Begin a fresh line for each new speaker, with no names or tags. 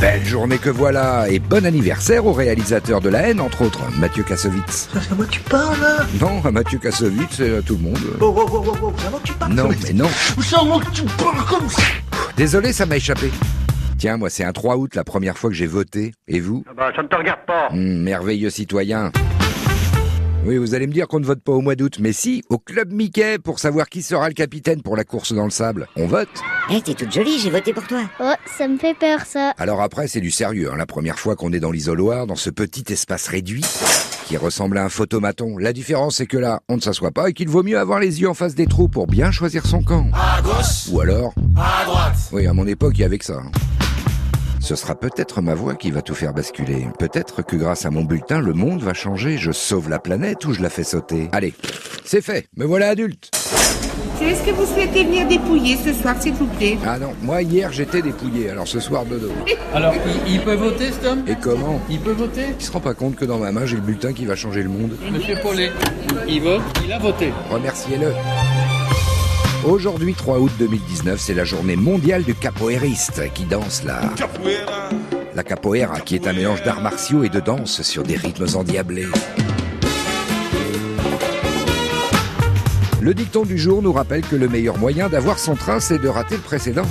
Belle journée que voilà et bon anniversaire au réalisateur de La haine, entre autres, Mathieu Kassovitz.
C'est à moi que tu parles là
Non, à Mathieu Kassovitz et à tout le monde.
Oh, oh, oh, oh, oh, c'est à moi que tu parles
Non, mais non.
C'est à moi que tu parles comme ça
Désolé, ça m'a échappé. Tiens, moi, c'est un 3 août la première fois que j'ai voté. Et vous
Ah bah, ça ne te regarde pas.
Hum, Merveilleux citoyen. Oui, vous allez me dire qu'on ne vote pas au mois d'août, mais si, au Club Mickey, pour savoir qui sera le capitaine pour la course dans le sable. On vote
Eh, t'es toute jolie, j'ai voté pour toi.
Oh, ça me fait peur ça.
Alors après, c'est du sérieux. hein. La première fois qu'on est dans l'isoloir, dans ce petit espace réduit qui ressemble à un photomaton. La différence, c'est que là, on ne s'assoit pas et qu'il vaut mieux avoir les yeux en face des trous pour bien choisir son camp.
à gauche,
Ou alors,
à droite,
oui, à mon époque, il y avait que ça. hein. Ce sera peut-être ma voix qui va tout faire basculer. Peut-être que grâce à mon bulletin, le monde va changer. Je sauve la planète ou je la fais sauter. Allez, c'est fait. Me voilà adulte.
Est-ce que vous souhaitez venir dépouiller ce soir, s'il vous plaît
Ah non, moi hier j'étais dépouillé, alors ce soir dodo.
Alors, il, il peut voter, cet homme
Et comment
Il peut voter
Il se rend pas compte que dans ma main j'ai le bulletin qui va changer le monde.
Monsieur Paulet, il vote, il a voté.
Remerciez-le. Aujourd'hui, 3 août 2019, c'est la journée mondiale du capoeiriste qui danse la...
capoeira,
La capoeira, qui est un mélange d'arts martiaux et de danse sur des rythmes endiablés. Le dicton du jour nous rappelle que le meilleur moyen d'avoir son train, c'est de rater le précédent.